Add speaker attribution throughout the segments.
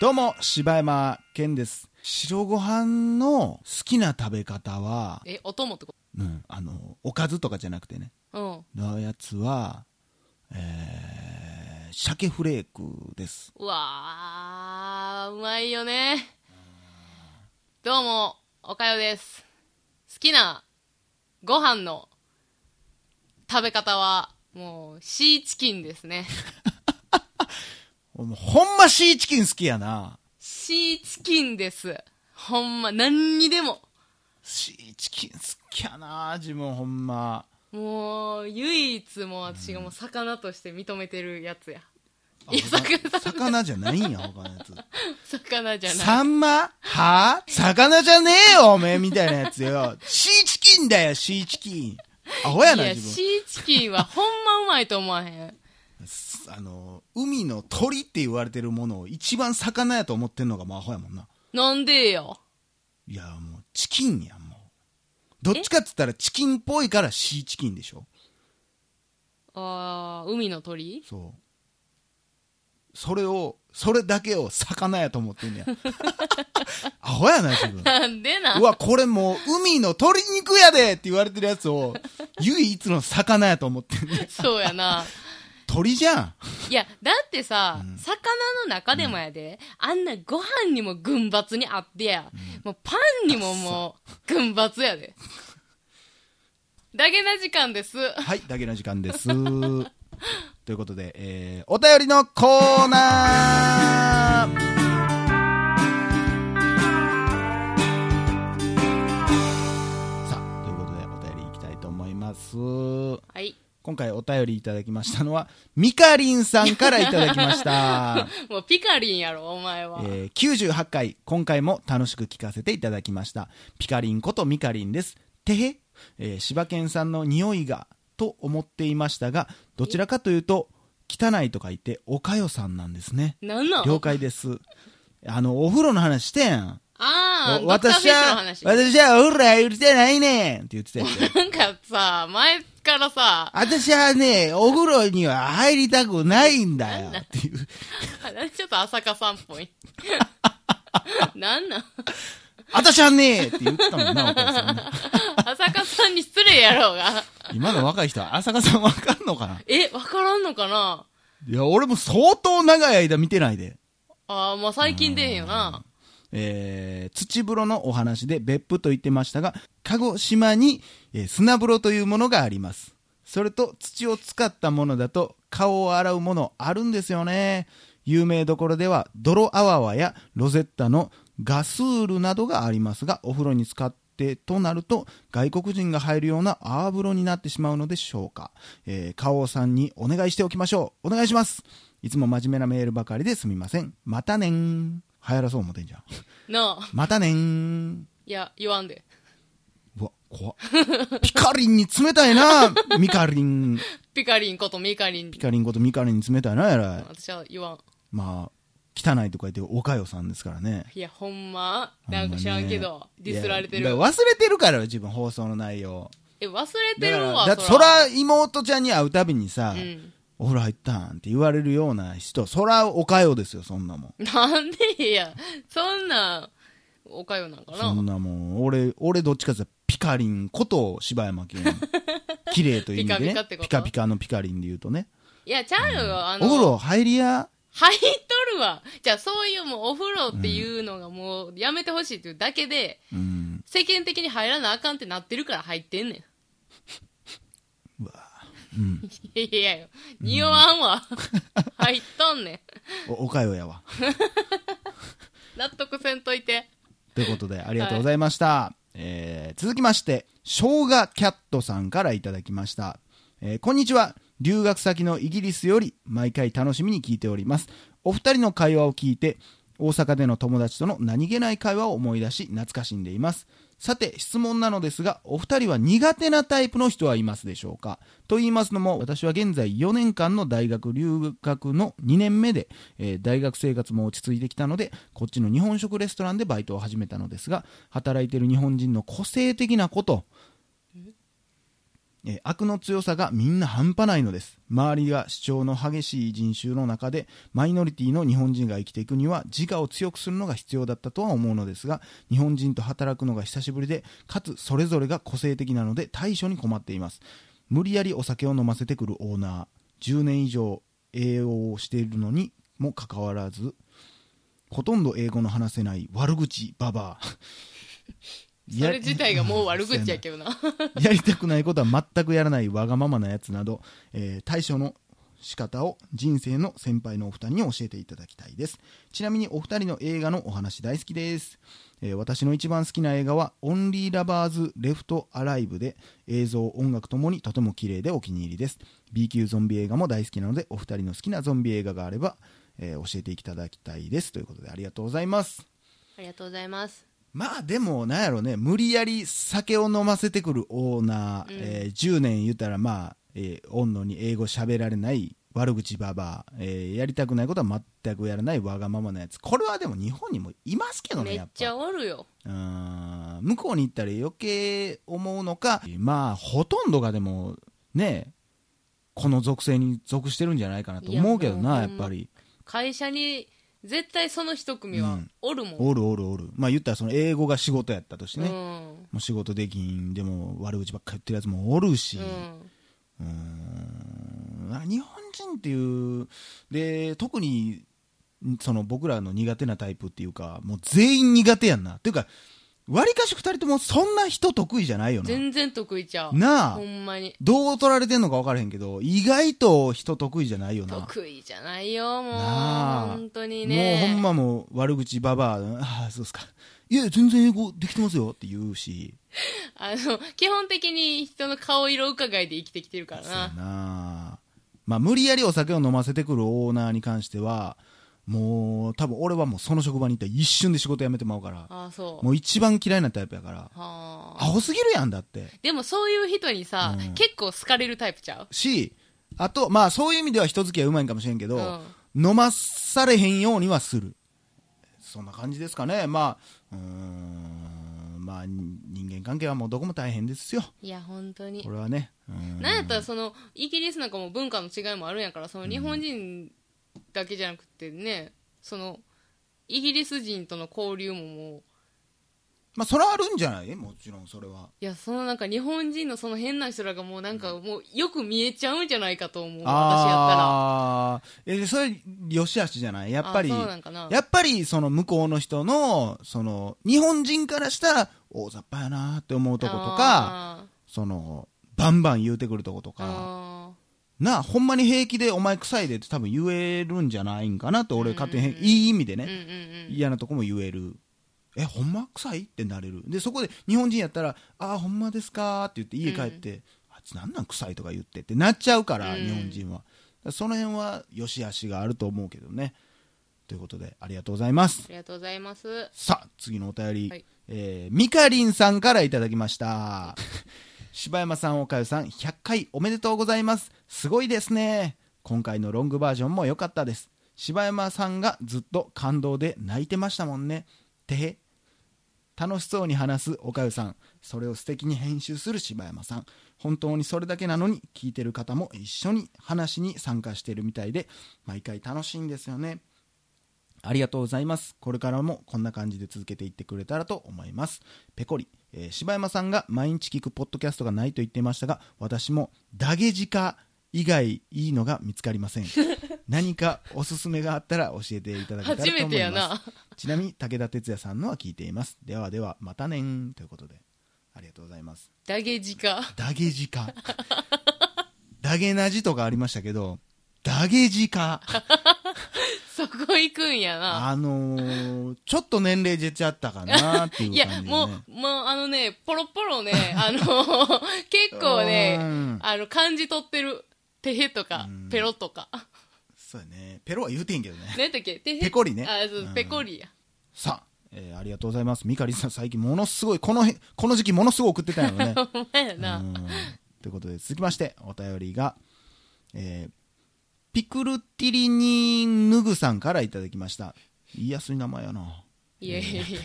Speaker 1: どうも、柴山健です。白ご飯の好きな食べ方は、
Speaker 2: え、お供ってこ
Speaker 1: うん、あの、おかずとかじゃなくてね、
Speaker 2: と
Speaker 1: のやつは、えー、鮭フレークです。
Speaker 2: うん。うわー、うまいよね。どうも、おかよです。好きなご飯の食べ方は、もう、シーチキンですね。
Speaker 1: ほんまシーチキン好きやな。
Speaker 2: シーチキンです。ほんま、何にでも。
Speaker 1: シーチキン好きやな、自分ほんま。
Speaker 2: もう、唯一もう私がもう魚として認めてるやつや。
Speaker 1: あ
Speaker 2: いや
Speaker 1: 他魚じゃないんや、他のやつ。
Speaker 2: 魚じゃない。
Speaker 1: サンマは魚じゃねえよ、おめえみたいなやつよ。シーチキンだよ、シーチキン。アホや
Speaker 2: い
Speaker 1: な、
Speaker 2: や、
Speaker 1: 自分
Speaker 2: シ。ーチキンはほんまうまいと思わへん。
Speaker 1: すあの、海の鳥って言われてるものを一番魚やと思ってんのがもうアホやもんな。
Speaker 2: なんでよ。
Speaker 1: いや、もうチキンやん、もう。どっちかっつったらチキンっぽいからシーチキンでしょ
Speaker 2: あー、海の鳥
Speaker 1: そう。それを、それだけを魚やと思ってんねや。アホやな、自分。
Speaker 2: なん でな
Speaker 1: うわ、これもう海の鶏肉やでって言われてるやつを、唯一の魚やと思ってんね。
Speaker 2: そうやな。
Speaker 1: 鳥じゃん。
Speaker 2: いや、だってさ、魚の中でもやで、あんなご飯にも群抜にあってや、もうパンにももう群抜やで。だけな時間です。
Speaker 1: はい、だけの時間です。 ということで、えー、お便りのコーナーさあ、ということで、お便りいきたいと思います。
Speaker 2: はい。
Speaker 1: 今回お便りいただきましたのは、ミカリンさんからいただきました。
Speaker 2: もうピカリンやろ、お前は。
Speaker 1: えー98回、今回も楽しく聞かせていただきました。ピカリンことミカリンです。てへ、えー、柴犬さんの匂いが、と思っていましたが、どちらかというと、汚いと書いて、おかよさんなんですね。
Speaker 2: なんなん
Speaker 1: 了解です。あの、お風呂の話してん。
Speaker 2: あー、
Speaker 1: お
Speaker 2: ドクターフ
Speaker 1: 私
Speaker 2: ィッシュの
Speaker 1: は、
Speaker 2: 話。
Speaker 1: 私はお風呂は許せないねんって言ってたやつ。
Speaker 2: なんかさ、前からさ、
Speaker 1: 私はね、お風呂には入りたくないんだよっていう。
Speaker 2: なんかちょっと浅香さんっ ぽい。なんなん
Speaker 1: 私はねって言ったもんな、おかよさんね。
Speaker 2: 浅香さんに失礼やろうが。
Speaker 1: 今の若い人は浅香さんわかんのかな
Speaker 2: え、わからんのかない
Speaker 1: や、俺も相当長い間見てないで。
Speaker 2: ああ、まあ最近出へんよな。
Speaker 1: えー、土風呂のお話で別府と言ってましたが、鹿児島に、えー砂風呂というものがあります。それと土を使ったものだと顔を洗うものあるんですよね。有名どころでは泥あわわやロゼッタのガスールなどがありますが、お風呂に使ってとなると外国人が入るような泡風呂になってしまうのでしょうか。えー、花王さんにお願いしておきましょう。お願いします。いつも真面目なメールばかりですみません。またねー。流行らそう思ってんじゃん。
Speaker 2: なあ。
Speaker 1: またねー。
Speaker 2: いや、言わんで。
Speaker 1: うわ、怖っピカリンに冷たい な。ミカリン。
Speaker 2: ピカリンことミカリン
Speaker 1: ピ。カリンことミカリンに冷たいな、やらい。
Speaker 2: 私は言わん。
Speaker 1: まあ、汚いとか言って、おかよさんですからね。
Speaker 2: いや、ほんま なんか知らんけ
Speaker 1: ほ
Speaker 2: ど
Speaker 1: ま、ね
Speaker 2: ディスられて
Speaker 1: いやだ
Speaker 2: る
Speaker 1: か。ら忘れてるからよ、自分、放送の内容。
Speaker 2: え、忘れて
Speaker 1: だか
Speaker 2: る
Speaker 1: ら、
Speaker 2: わ、
Speaker 1: だってそら、妹ちゃんに会うたびにさ、
Speaker 2: うん
Speaker 1: お風呂入ったんって言われるような人、そら、おかよですよ、そんなもん。
Speaker 2: なんでいや、そんな、おかよなんか
Speaker 1: そ。
Speaker 2: なん
Speaker 1: なもん、俺、俺どっちかって言ったらピカリンこと柴山 健。綺麗という意味で
Speaker 2: ピカピカ
Speaker 1: ね
Speaker 2: っ。てこと
Speaker 1: ピカピカのピカリンで言うとね。
Speaker 2: いや、ちゃうよ、あ
Speaker 1: お風
Speaker 2: の、
Speaker 1: 呂入りや。
Speaker 2: 入っとるわ。じゃあ、そういうもうお風呂っていうのがもうやめてほしいっていうだけで、
Speaker 1: うん。
Speaker 2: 世間的に入らなあかんってなってるから入ってんねん。
Speaker 1: うわ
Speaker 2: いやいやよ、匂わんわ。入っと んねん。
Speaker 1: おおかよやわ。
Speaker 2: 納得せんといて。
Speaker 1: ということで、ありがとうございました。えー続きまして、生姜キャットさんからいただきました。えーこんにちは。留学先のイギリスより毎回楽しみに聞いております。お二人の会話を聞いて、大阪での友達との何気ない会話を思い出し、懐かしんでいます。さて、質問なのですが、お二人は苦手なタイプの人はいますでしょうかと言いますのも、私は現在4年間の大学留学の2年目で、えー大学生活も落ち着いてきたので、こっちの日本食レストランでバイトを始めたのですが、働いている日本人の個性的なこと、えー悪の強さがみんな半端ないのです周りが主張の激しい人種の中でマイノリティの日本人が生きていくには自我を強くするのが必要だったとは思うのですが日本人と働くのが久しぶりでかつそれぞれが個性的なので対処に困っています無理やりお酒を飲ませてくるオーナー10年以上栄養をしているのにもかかわらずほとんど英語の話せない悪口ババア
Speaker 2: それ自体がもう悪口やけどな。
Speaker 1: やりたくないことは全くやらないわがままなやつなど、えー対処の仕方を人生の先輩のお二人に教えていただきたいですちなみにお二人の映画のお話大好きです、えー私の一番好きな映画は「オンリー・ラバーズ・レフト・アライブ」で映像音楽ともにとても綺麗でお気に入りです B 級ゾンビ映画も大好きなのでお二人の好きなゾンビ映画があれば、えー教えていただきたいですということでありがとうございます
Speaker 2: ありがとうございます。
Speaker 1: まあでも、なんやろね、無理やり酒を飲ませてくるオーナー、
Speaker 2: うん
Speaker 1: えー10年言ったら、まあ、えーおんのに英語喋られない、悪口ババア、えーやりたくないことは全くやらないわがままなやつ。これはでも日本にもいますけどね、
Speaker 2: め
Speaker 1: や
Speaker 2: っ
Speaker 1: っ
Speaker 2: ちゃ
Speaker 1: ぱ。
Speaker 2: おるよ。
Speaker 1: うーん向こうに行ったら余計思うのか、まあ、ほとんどがでも、ね、この属性に属してるんじゃないかなと思うけど
Speaker 2: い
Speaker 1: な、
Speaker 2: やも
Speaker 1: や
Speaker 2: う
Speaker 1: っぱり。
Speaker 2: 会社に絶対その一組はおるもん。
Speaker 1: おるおるおる。まあ言ったらその英語が仕事やったとしてね。
Speaker 2: うん
Speaker 1: もう仕事できんでも悪口ばっか言ってるやつもおるし、
Speaker 2: うん
Speaker 1: うーん、あ日本人っていうで特にその僕らの苦手なタイプっていうかもう全員苦手やんなっていうかわりかし2人ともそんな人得意じゃないよな
Speaker 2: 全然得意ちゃう。
Speaker 1: なあ
Speaker 2: ほんまに。
Speaker 1: どう取られてんのか分からへんけど意外と人得意じゃないよな
Speaker 2: 得意じゃないよ、もう。
Speaker 1: なあ
Speaker 2: 本当にね。
Speaker 1: もうほんまもう悪口ばばあああそうっすかいや全然英語できてますよって言うし
Speaker 2: あの、基本的に人の顔色伺いで生きてきてるから
Speaker 1: そうや
Speaker 2: な。
Speaker 1: なまあ無理やりお酒を飲ませてくるオーナーに関してはもう多分俺はもうその職場に行ったら一瞬で仕事辞めてまうから
Speaker 2: ああ、そう。
Speaker 1: もう一番嫌いなタイプやからア
Speaker 2: はあ。
Speaker 1: ホすぎるやんだって
Speaker 2: でもそういう人にさ、
Speaker 1: うん
Speaker 2: 結構好かれるタイプちゃう
Speaker 1: しあとまあそういう意味では人付き合いうまいんかもしれんけど、
Speaker 2: う
Speaker 1: 飲まされへんようにはするそんな感じですかねまあうーんまあ人間関係はもうどこも大変ですよ
Speaker 2: いや、本当に
Speaker 1: こ。れはねうん
Speaker 2: なんやったらそのイギリスなんかも文化の違いもあるんやからその日本人だけじゃなくてねそのイギリス人との交流ももう
Speaker 1: まあそれはあるんじゃないもちろんそれはい
Speaker 2: やそのなんか日本人のその変な人らがもうなんかもうよく見えちゃうんじゃないかと思う私やったら
Speaker 1: ああーえそれ良し悪しじゃないやっぱり
Speaker 2: あそうなんかな
Speaker 1: やっぱりその向こうの人のその日本人からしたら大雑把やなって思うとことか
Speaker 2: あ
Speaker 1: そのバンバン言うてくるとこと
Speaker 2: ー
Speaker 1: か
Speaker 2: あ
Speaker 1: なあほんまに平気でお前臭いでって多分言えるんじゃないんかなって俺勝手に、
Speaker 2: うんうんうん
Speaker 1: いい意味で
Speaker 2: ーうんう
Speaker 1: ね、
Speaker 2: ん
Speaker 1: 嫌なとこも言えるえほんま臭いってなれるでそこで日本人やったらああほんまですかって言って家帰って、あいつなんなん臭いとか言ってってなっちゃうから、
Speaker 2: うん
Speaker 1: 日本人はだからその辺は良し悪しがあると思うけどねということでありがとうございます
Speaker 2: ありがとうございます
Speaker 1: さあ、次のお便り。
Speaker 2: はい
Speaker 1: えー、みかりんさんからいただきました。 柴山さん、おかゆさん、100回おめでとうございます。すごいですね。今回のロングバージョンも良かったです。柴山さんがずっと感動で泣いてましたもんね。てへ。楽しそうに話すおかゆさん、それを素敵に編集する柴山さん。本当にそれだけなのに、聞いてる方も一緒に話に参加してるみたいで、毎回楽しいんですよね。ありがとうございます。これからもこんな感じで続けていってくれたらと思います。ペコリ、えー柴山さんが毎日聞くポッドキャストがないと言っていましたが、私もダゲジカ以外いいのが見つかりま せん。何かおすすめがあったら教えていただけたらと思います。
Speaker 2: 初めてやな
Speaker 1: ちなみに武田鉄矢さんのは聞いています。ではでは、またねんということで、ありがとうございます。
Speaker 2: ダゲジカ
Speaker 1: ダゲジ カ。ダゲなじとかありましたけど、ダゲジカ。
Speaker 2: そこ行くんやな
Speaker 1: あのー、ちょっと年齢出ちゃったかなっていう
Speaker 2: い
Speaker 1: 感じ
Speaker 2: や、
Speaker 1: で、ね。
Speaker 2: もう、もう、あのね、ポロポ ロね、あの、 結構
Speaker 1: う
Speaker 2: ね
Speaker 1: ん、
Speaker 2: あの、感じ取ってる。てへとか
Speaker 1: うん、
Speaker 2: ペロとか。
Speaker 1: そうやね。ペロは言うてんけどね。
Speaker 2: 何やった っけてへ
Speaker 1: ペコリね
Speaker 2: あ、そうう、
Speaker 1: ん
Speaker 2: ペコリや。
Speaker 1: さあ、えーありがとうございます。ミカリさん、最近ものすごい、このへ、この時期ものすごい送ってたよね。
Speaker 2: ほんまや
Speaker 1: う
Speaker 2: な。
Speaker 1: んということで、続きまして、お便りが、えーピクルティリニンヌグさんからいただきました。言いやすい名前やな。
Speaker 2: いやいやいや。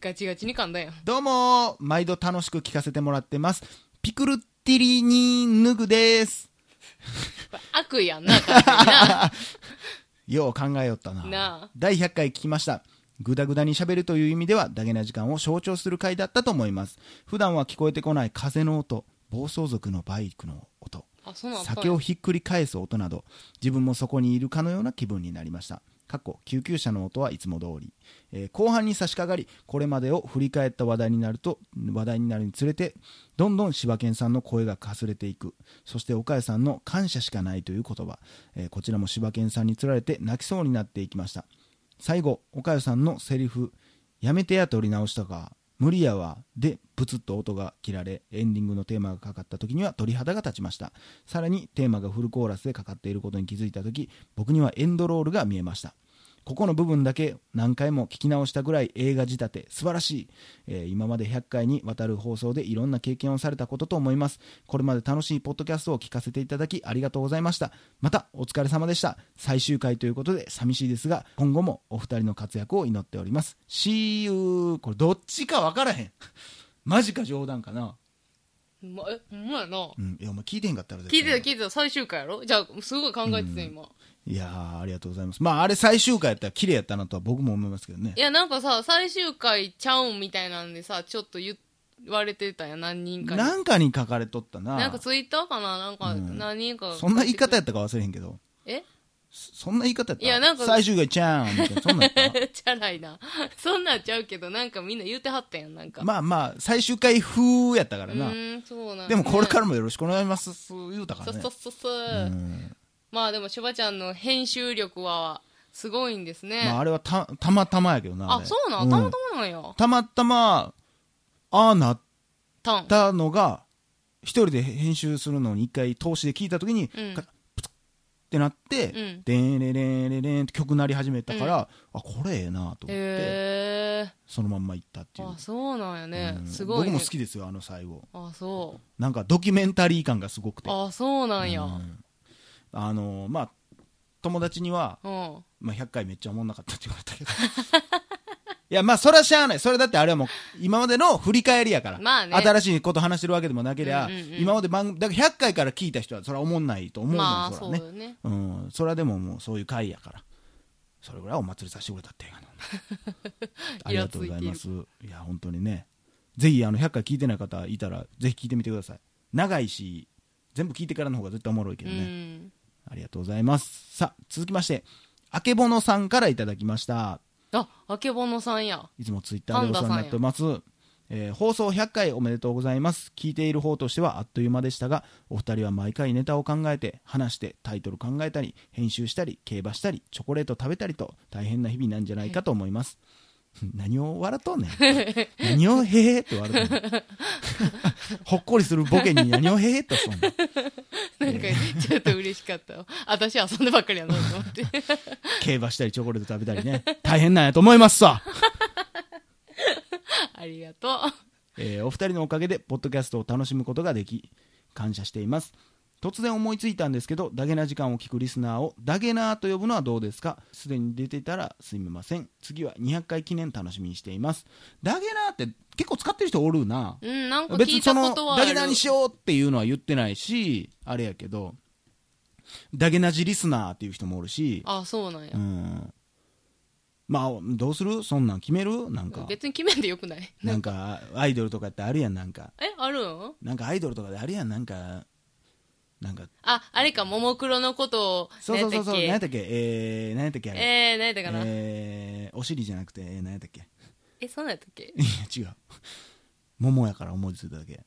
Speaker 2: ガチガチに噛んだやん。
Speaker 1: どうも毎度楽しく聞かせてもらってます。ピクルティリニーヌグです。
Speaker 2: これ悪意や んな、勝手にな。
Speaker 1: よう考えよったな。
Speaker 2: なあ
Speaker 1: 第100回聞きました。ぐだぐだに喋るという意味では、ダゲな時間を象徴する回だったと思います。普段は聞こえてこない風の音、暴走族のバイクの音、
Speaker 2: あ、そうなんだ。
Speaker 1: 酒をひっくり返す音など、自分もそこにいるかのような気分になりました。過去、救急車の音はいつも通り。えー後半に差し掛かり、これまでを振り返った話題になると、話題になるにつれて、どんどん柴犬さんの声がかすれていく。そして岡谷さんの感謝しかないという言葉。えーこちらも柴犬さんにつられて泣きそうになっていきました。最後、岡谷さんのセリフ、やめてや取り直したか、無理やわ、で、ブツッと音が切られ、エンディングのテーマがかかった時には鳥肌が立ちました。さらに、テーマがフルコーラスでかかっていることに気づいた時、僕にはエンドロールが見えました。ここの部分だけ何回も聞き直したぐらい映画仕立て素晴らしい、えー今まで100回にわたる放送でいろんな経験をされたことと思いますこれまで楽しいポッドキャストを聞かせていただきありがとうございましたまたお疲れ様でした最終回ということで寂しいですが今後もお二人の活躍を祈っております See you これどっちか分からへん マジか冗談かな
Speaker 2: ま、え、ほんまやな
Speaker 1: う。んいやお前聞いてへんかったら絶
Speaker 2: 聞
Speaker 1: 対
Speaker 2: いてた、聞いてた。最終回やろじゃあ、すごい考えてたよ、今。
Speaker 1: いやーありがとうございますまああれ最終回やったら綺麗やったなとは僕も思いますけどね
Speaker 2: いや、なんかさ、最終回ちゃうんみたいなんでさ、ちょっと言われてたやん、何人かに。
Speaker 1: なんかに書かれとったな
Speaker 2: なんかツイッターかななんか、
Speaker 1: うん
Speaker 2: 何人か。
Speaker 1: そんな言い方やったか忘れへんけど。
Speaker 2: え
Speaker 1: そそんな言い方やった
Speaker 2: いやなんか
Speaker 1: 最終回ちゃーんみたいな。そんなんやっ
Speaker 2: チャラい な。そんなんちゃうけど、なんかみんな言うてはったやん、なん
Speaker 1: た
Speaker 2: か。
Speaker 1: まあまあ、最終回風やったか
Speaker 2: う
Speaker 1: らな。
Speaker 2: ーん、そうなん、
Speaker 1: でもこれかららもよろしくお願いします。そう言うたから
Speaker 2: そう
Speaker 1: ね
Speaker 2: そう。そうそう。
Speaker 1: うん
Speaker 2: まあでも、しばちゃんの編集力は、すごいんですね。
Speaker 1: まああれはた、たまたまやけどな。
Speaker 2: あ
Speaker 1: れ
Speaker 2: そうなん、
Speaker 1: ん
Speaker 2: たまたまなんや。
Speaker 1: たまたま、ああなった
Speaker 2: ん。
Speaker 1: たのが、一人で編集するのに一回投資で聞いたときに、
Speaker 2: うん
Speaker 1: かプツッってなって、
Speaker 2: うん
Speaker 1: でんれれんれれんって曲鳴り始めたから、あ、これええなと思って、
Speaker 2: へえ
Speaker 1: そのまんま行ったっていう
Speaker 2: ー。あ、。そうなんやね。
Speaker 1: うん
Speaker 2: すごい、ね。
Speaker 1: 僕も好きですよあの最後
Speaker 2: あ、そう。
Speaker 1: なんかドキュメンタリー感がすごくて
Speaker 2: あ、そうなんや。
Speaker 1: う
Speaker 2: うん。
Speaker 1: んあのーまあ友達には、
Speaker 2: うん。
Speaker 1: まあ、100回めっちゃおもんなかったって言われ たけどいやまあそれはしゃあないそれだってあれはもう今までの振り返りやから、
Speaker 2: まあね
Speaker 1: 新しいこと話してるわけでもなけりゃ、
Speaker 2: うんうんうん
Speaker 1: 今まで番だから100回から聞いた人はそれはおもんないと思うのよ、
Speaker 2: まあ、
Speaker 1: そ
Speaker 2: そ
Speaker 1: ら
Speaker 2: う
Speaker 1: ね
Speaker 2: よね。
Speaker 1: うん、それはでももうそういう回やからそれぐらいお祭りさせてくれたっていうかな ありがとうございますいや本当にねぜひあの100回聞いてない方いたらぜひ聞いてみてください長いし全部聞いてからの方が絶対おもろいけ
Speaker 2: う
Speaker 1: どね、
Speaker 2: ん。
Speaker 1: ありがとうございますさあ続きましてあけぼのさんからいただきました
Speaker 2: あ、あけぼのさんや。
Speaker 1: いつもツイッターでお世話になってます。えー放送100回おめでとうございます。聞いている方としてはあっという間でしたが、お二人は毎回ネタを考えて、話して、タイトル考えたり、編集したり、競馬したり、チョコレート食べたりと、大変な日々なんじゃないかと思います。 何を笑っとんねん。何をへへって笑うとんねん。ほっこりするボケに何をへへってしとんねん。
Speaker 2: なんか、ちょっと嬉しかった わ。私遊んでばっかりやなと思って。
Speaker 1: 競馬したり、チョコレート食べたりね。大変なんやと思いますさ。
Speaker 2: ありがとう。
Speaker 1: えーお二人のおかげでポッドキャストを楽しむことができ感謝しています突然思いついたんですけどダゲな時間を聞くリスナーをダゲナーと呼ぶのはどうですかすでに出ていたらすみません次は200回記念楽しみにしていますダゲナーって結構使ってる人おるな
Speaker 2: うん、なんか
Speaker 1: 別
Speaker 2: 聞
Speaker 1: に
Speaker 2: い
Speaker 1: そ
Speaker 2: た
Speaker 1: の
Speaker 2: ことはあ
Speaker 1: ダ
Speaker 2: る。
Speaker 1: ゲナーにしようっていうのは言ってないしあれやけどダゲナジリスナーっていう人もおるし
Speaker 2: あ、そうなんや
Speaker 1: う。んまあどうするそんなん決めるなんか
Speaker 2: 別に決めんでよくない
Speaker 1: なんかアイドルとかってあるやんなんか
Speaker 2: え、あるん
Speaker 1: なんかアイドルとかであるやん、なんか、なんか、
Speaker 2: あ、あれか、ももクロのことを、
Speaker 1: そうそうそうそう、
Speaker 2: 何
Speaker 1: 何
Speaker 2: や
Speaker 1: や
Speaker 2: っ
Speaker 1: ったた
Speaker 2: っ
Speaker 1: っけ、えー、何やったっけ、あ
Speaker 2: け
Speaker 1: れ、
Speaker 2: えー、何やったかな
Speaker 1: えー、お尻じゃなくて、えー、何やったっけ、
Speaker 2: え、そんなんやったっけ
Speaker 1: いや、違う、桃やから思いついただけ、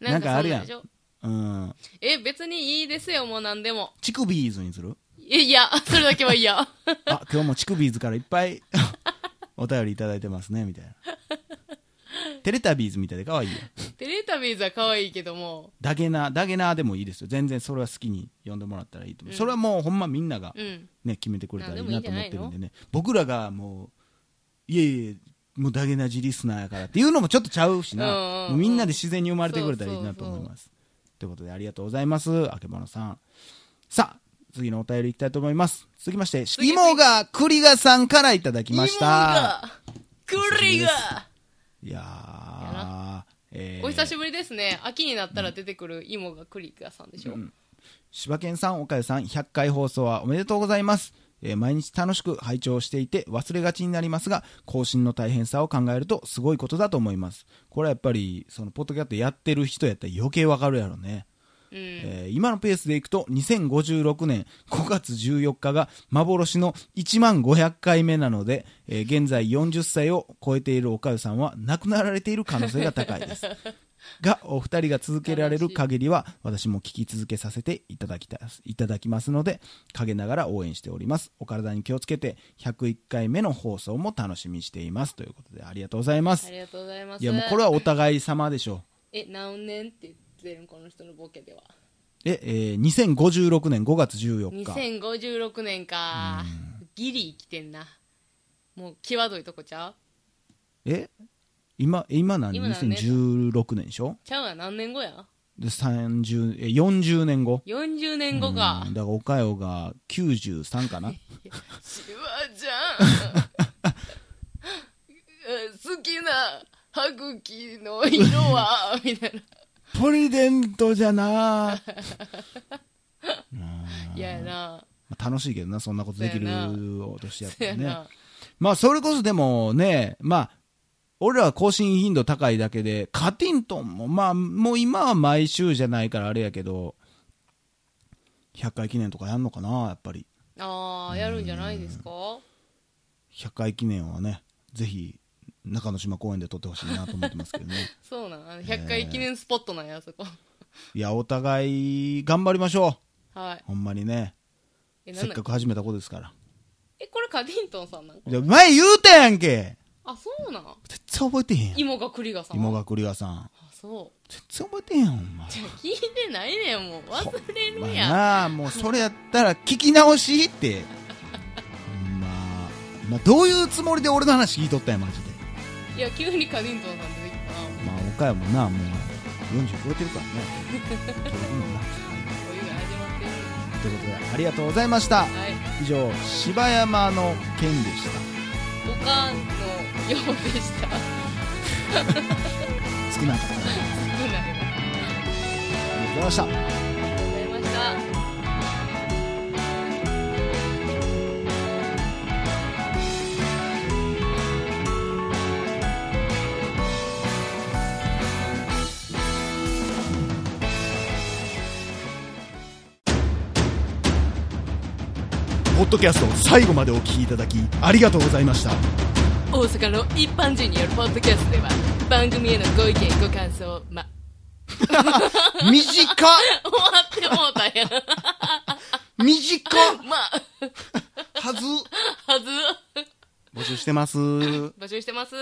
Speaker 1: なんかあるやん
Speaker 2: そなでしょ
Speaker 1: うん、
Speaker 2: え、別にいいですよ、もう何でも。
Speaker 1: チクビーズにする
Speaker 2: えいや、それだけ は嫌。
Speaker 1: あ、今日もチクビーズからいっぱい お便りいただいてますね、みたいな。テレタビーズみたいで可愛いよ。
Speaker 2: テレタビーズは可愛いけども、
Speaker 1: ダゲナ、ダゲナでもいいですよ。全然それは好きに呼んでもらったらいいと思う。それはもうほんまみんなが
Speaker 2: うん。
Speaker 1: ね、決めてくれたらいいなと思ってるん
Speaker 2: なんでもいいん
Speaker 1: で
Speaker 2: じ
Speaker 1: ね僕らがもういえいえもうダゲなジリスナーやからっていうのもちょっとちゃうし
Speaker 2: うんうんう
Speaker 1: なんもうみんなで自然に生まれてくれたらいいなと思いますということでありがとうございますあけぼのさんさあ次のお便りいきたいと思います続きまして
Speaker 2: 次
Speaker 1: 芋が栗がさんからいただきました
Speaker 2: 芋が、栗が、
Speaker 1: いやーえー
Speaker 2: お久しぶりですね秋になったら出てくる芋が栗がさんでしょ、
Speaker 1: うん柴犬さん、岡谷さん、100回放送はおめでとうございます。えー毎日楽しく拝聴していて忘れがちになりますが、更新の大変さを考えるとすごいことだと思います。これはやっぱり、その、ポッドキャストやってる人やったら余計わかるやろね。
Speaker 2: うん
Speaker 1: えー今のペースでいくと、2056年5月14日が幻の1万500回目なので、えー現在40歳を超えている岡谷さんは亡くなられている可能性が高い です。が、お二人が続けられる限りは、私も聞き続けさせていただきたいただきますので、陰ながら応援しております。お体に気をつけて、101回目の放送も楽しみにしています。ということで、ありがとうございま
Speaker 2: あ
Speaker 1: す。
Speaker 2: りがとうございます
Speaker 1: いや、もうこれはお互い様でしょ
Speaker 2: え何年って言ってるんこの人のボケでは
Speaker 1: う。え、えー2056年5月14日。
Speaker 2: 2056年かギリ生きてんなもう際どいとこちゃう
Speaker 1: え今今何
Speaker 2: 今何年
Speaker 1: 2016年でしょ
Speaker 2: ちゃうや何年後や
Speaker 1: で30え40年後
Speaker 2: 40年後か
Speaker 1: うんだから岡代が93かな
Speaker 2: シワ ちゃん好きな歯茎の色はみたいな
Speaker 1: プレゼントじゃな あ
Speaker 2: 嫌やな
Speaker 1: まあ楽しいけどなそんなことできる
Speaker 2: そうやな
Speaker 1: お年やっ
Speaker 2: そ
Speaker 1: た
Speaker 2: や
Speaker 1: らね
Speaker 2: な
Speaker 1: まあそれこそでもねまあ俺らは更新頻度高いだけでカティントンもまあもう今は毎週じゃないからあれやけど100回記念とかやんのかなやっぱり
Speaker 2: ああやるんじゃないですか
Speaker 1: 100回記念はね、ぜひ中之島公園で撮ってほしいなと思ってます けどね。
Speaker 2: そうなんあの100回記念スポットなんやそこ
Speaker 1: いや、お互い頑張りましょ
Speaker 2: は
Speaker 1: う。ほんまにね。
Speaker 2: いえな
Speaker 1: せ
Speaker 2: ん
Speaker 1: っ
Speaker 2: だ
Speaker 1: かく始めたことですから。
Speaker 2: えこれカディントンさんなん
Speaker 1: じゃ前言うたやんけ
Speaker 2: あそうなん
Speaker 1: 絶対覚えてへんやん。
Speaker 2: 芋が栗がさん
Speaker 1: 芋が栗がさん。
Speaker 2: あそう
Speaker 1: 絶対覚えてへんやん、ほんま。
Speaker 2: じゃあ聞いてないねんもう忘れ
Speaker 1: ま
Speaker 2: る
Speaker 1: あ
Speaker 2: やん
Speaker 1: なあ、もうそれやったら聞き直し って。ほんま。今どういうつもりで俺の話聞いとったんや、マジで。
Speaker 2: いや急にカディントンさん出てきたなもう
Speaker 1: まあ、岡山もな、もう40超えてるから ね。
Speaker 2: お湯が始まってる
Speaker 1: ということで、ありがとうございました。
Speaker 2: はい
Speaker 1: 以上柴山の件でした
Speaker 2: おかんのようでした
Speaker 1: 少なかったです
Speaker 2: 少ないな
Speaker 1: ありがとうございました
Speaker 2: ありがとうございました
Speaker 1: ポッドキャストを最後までお聞きいただきありがとうございました
Speaker 2: 大阪の一般人によるポッドキャストでは番組へのご意見ご感想ま
Speaker 1: 短っ
Speaker 2: 終わってもうたやん
Speaker 1: 短っ
Speaker 2: まあ
Speaker 1: はず
Speaker 2: はず
Speaker 1: 募集してます
Speaker 2: 募集してます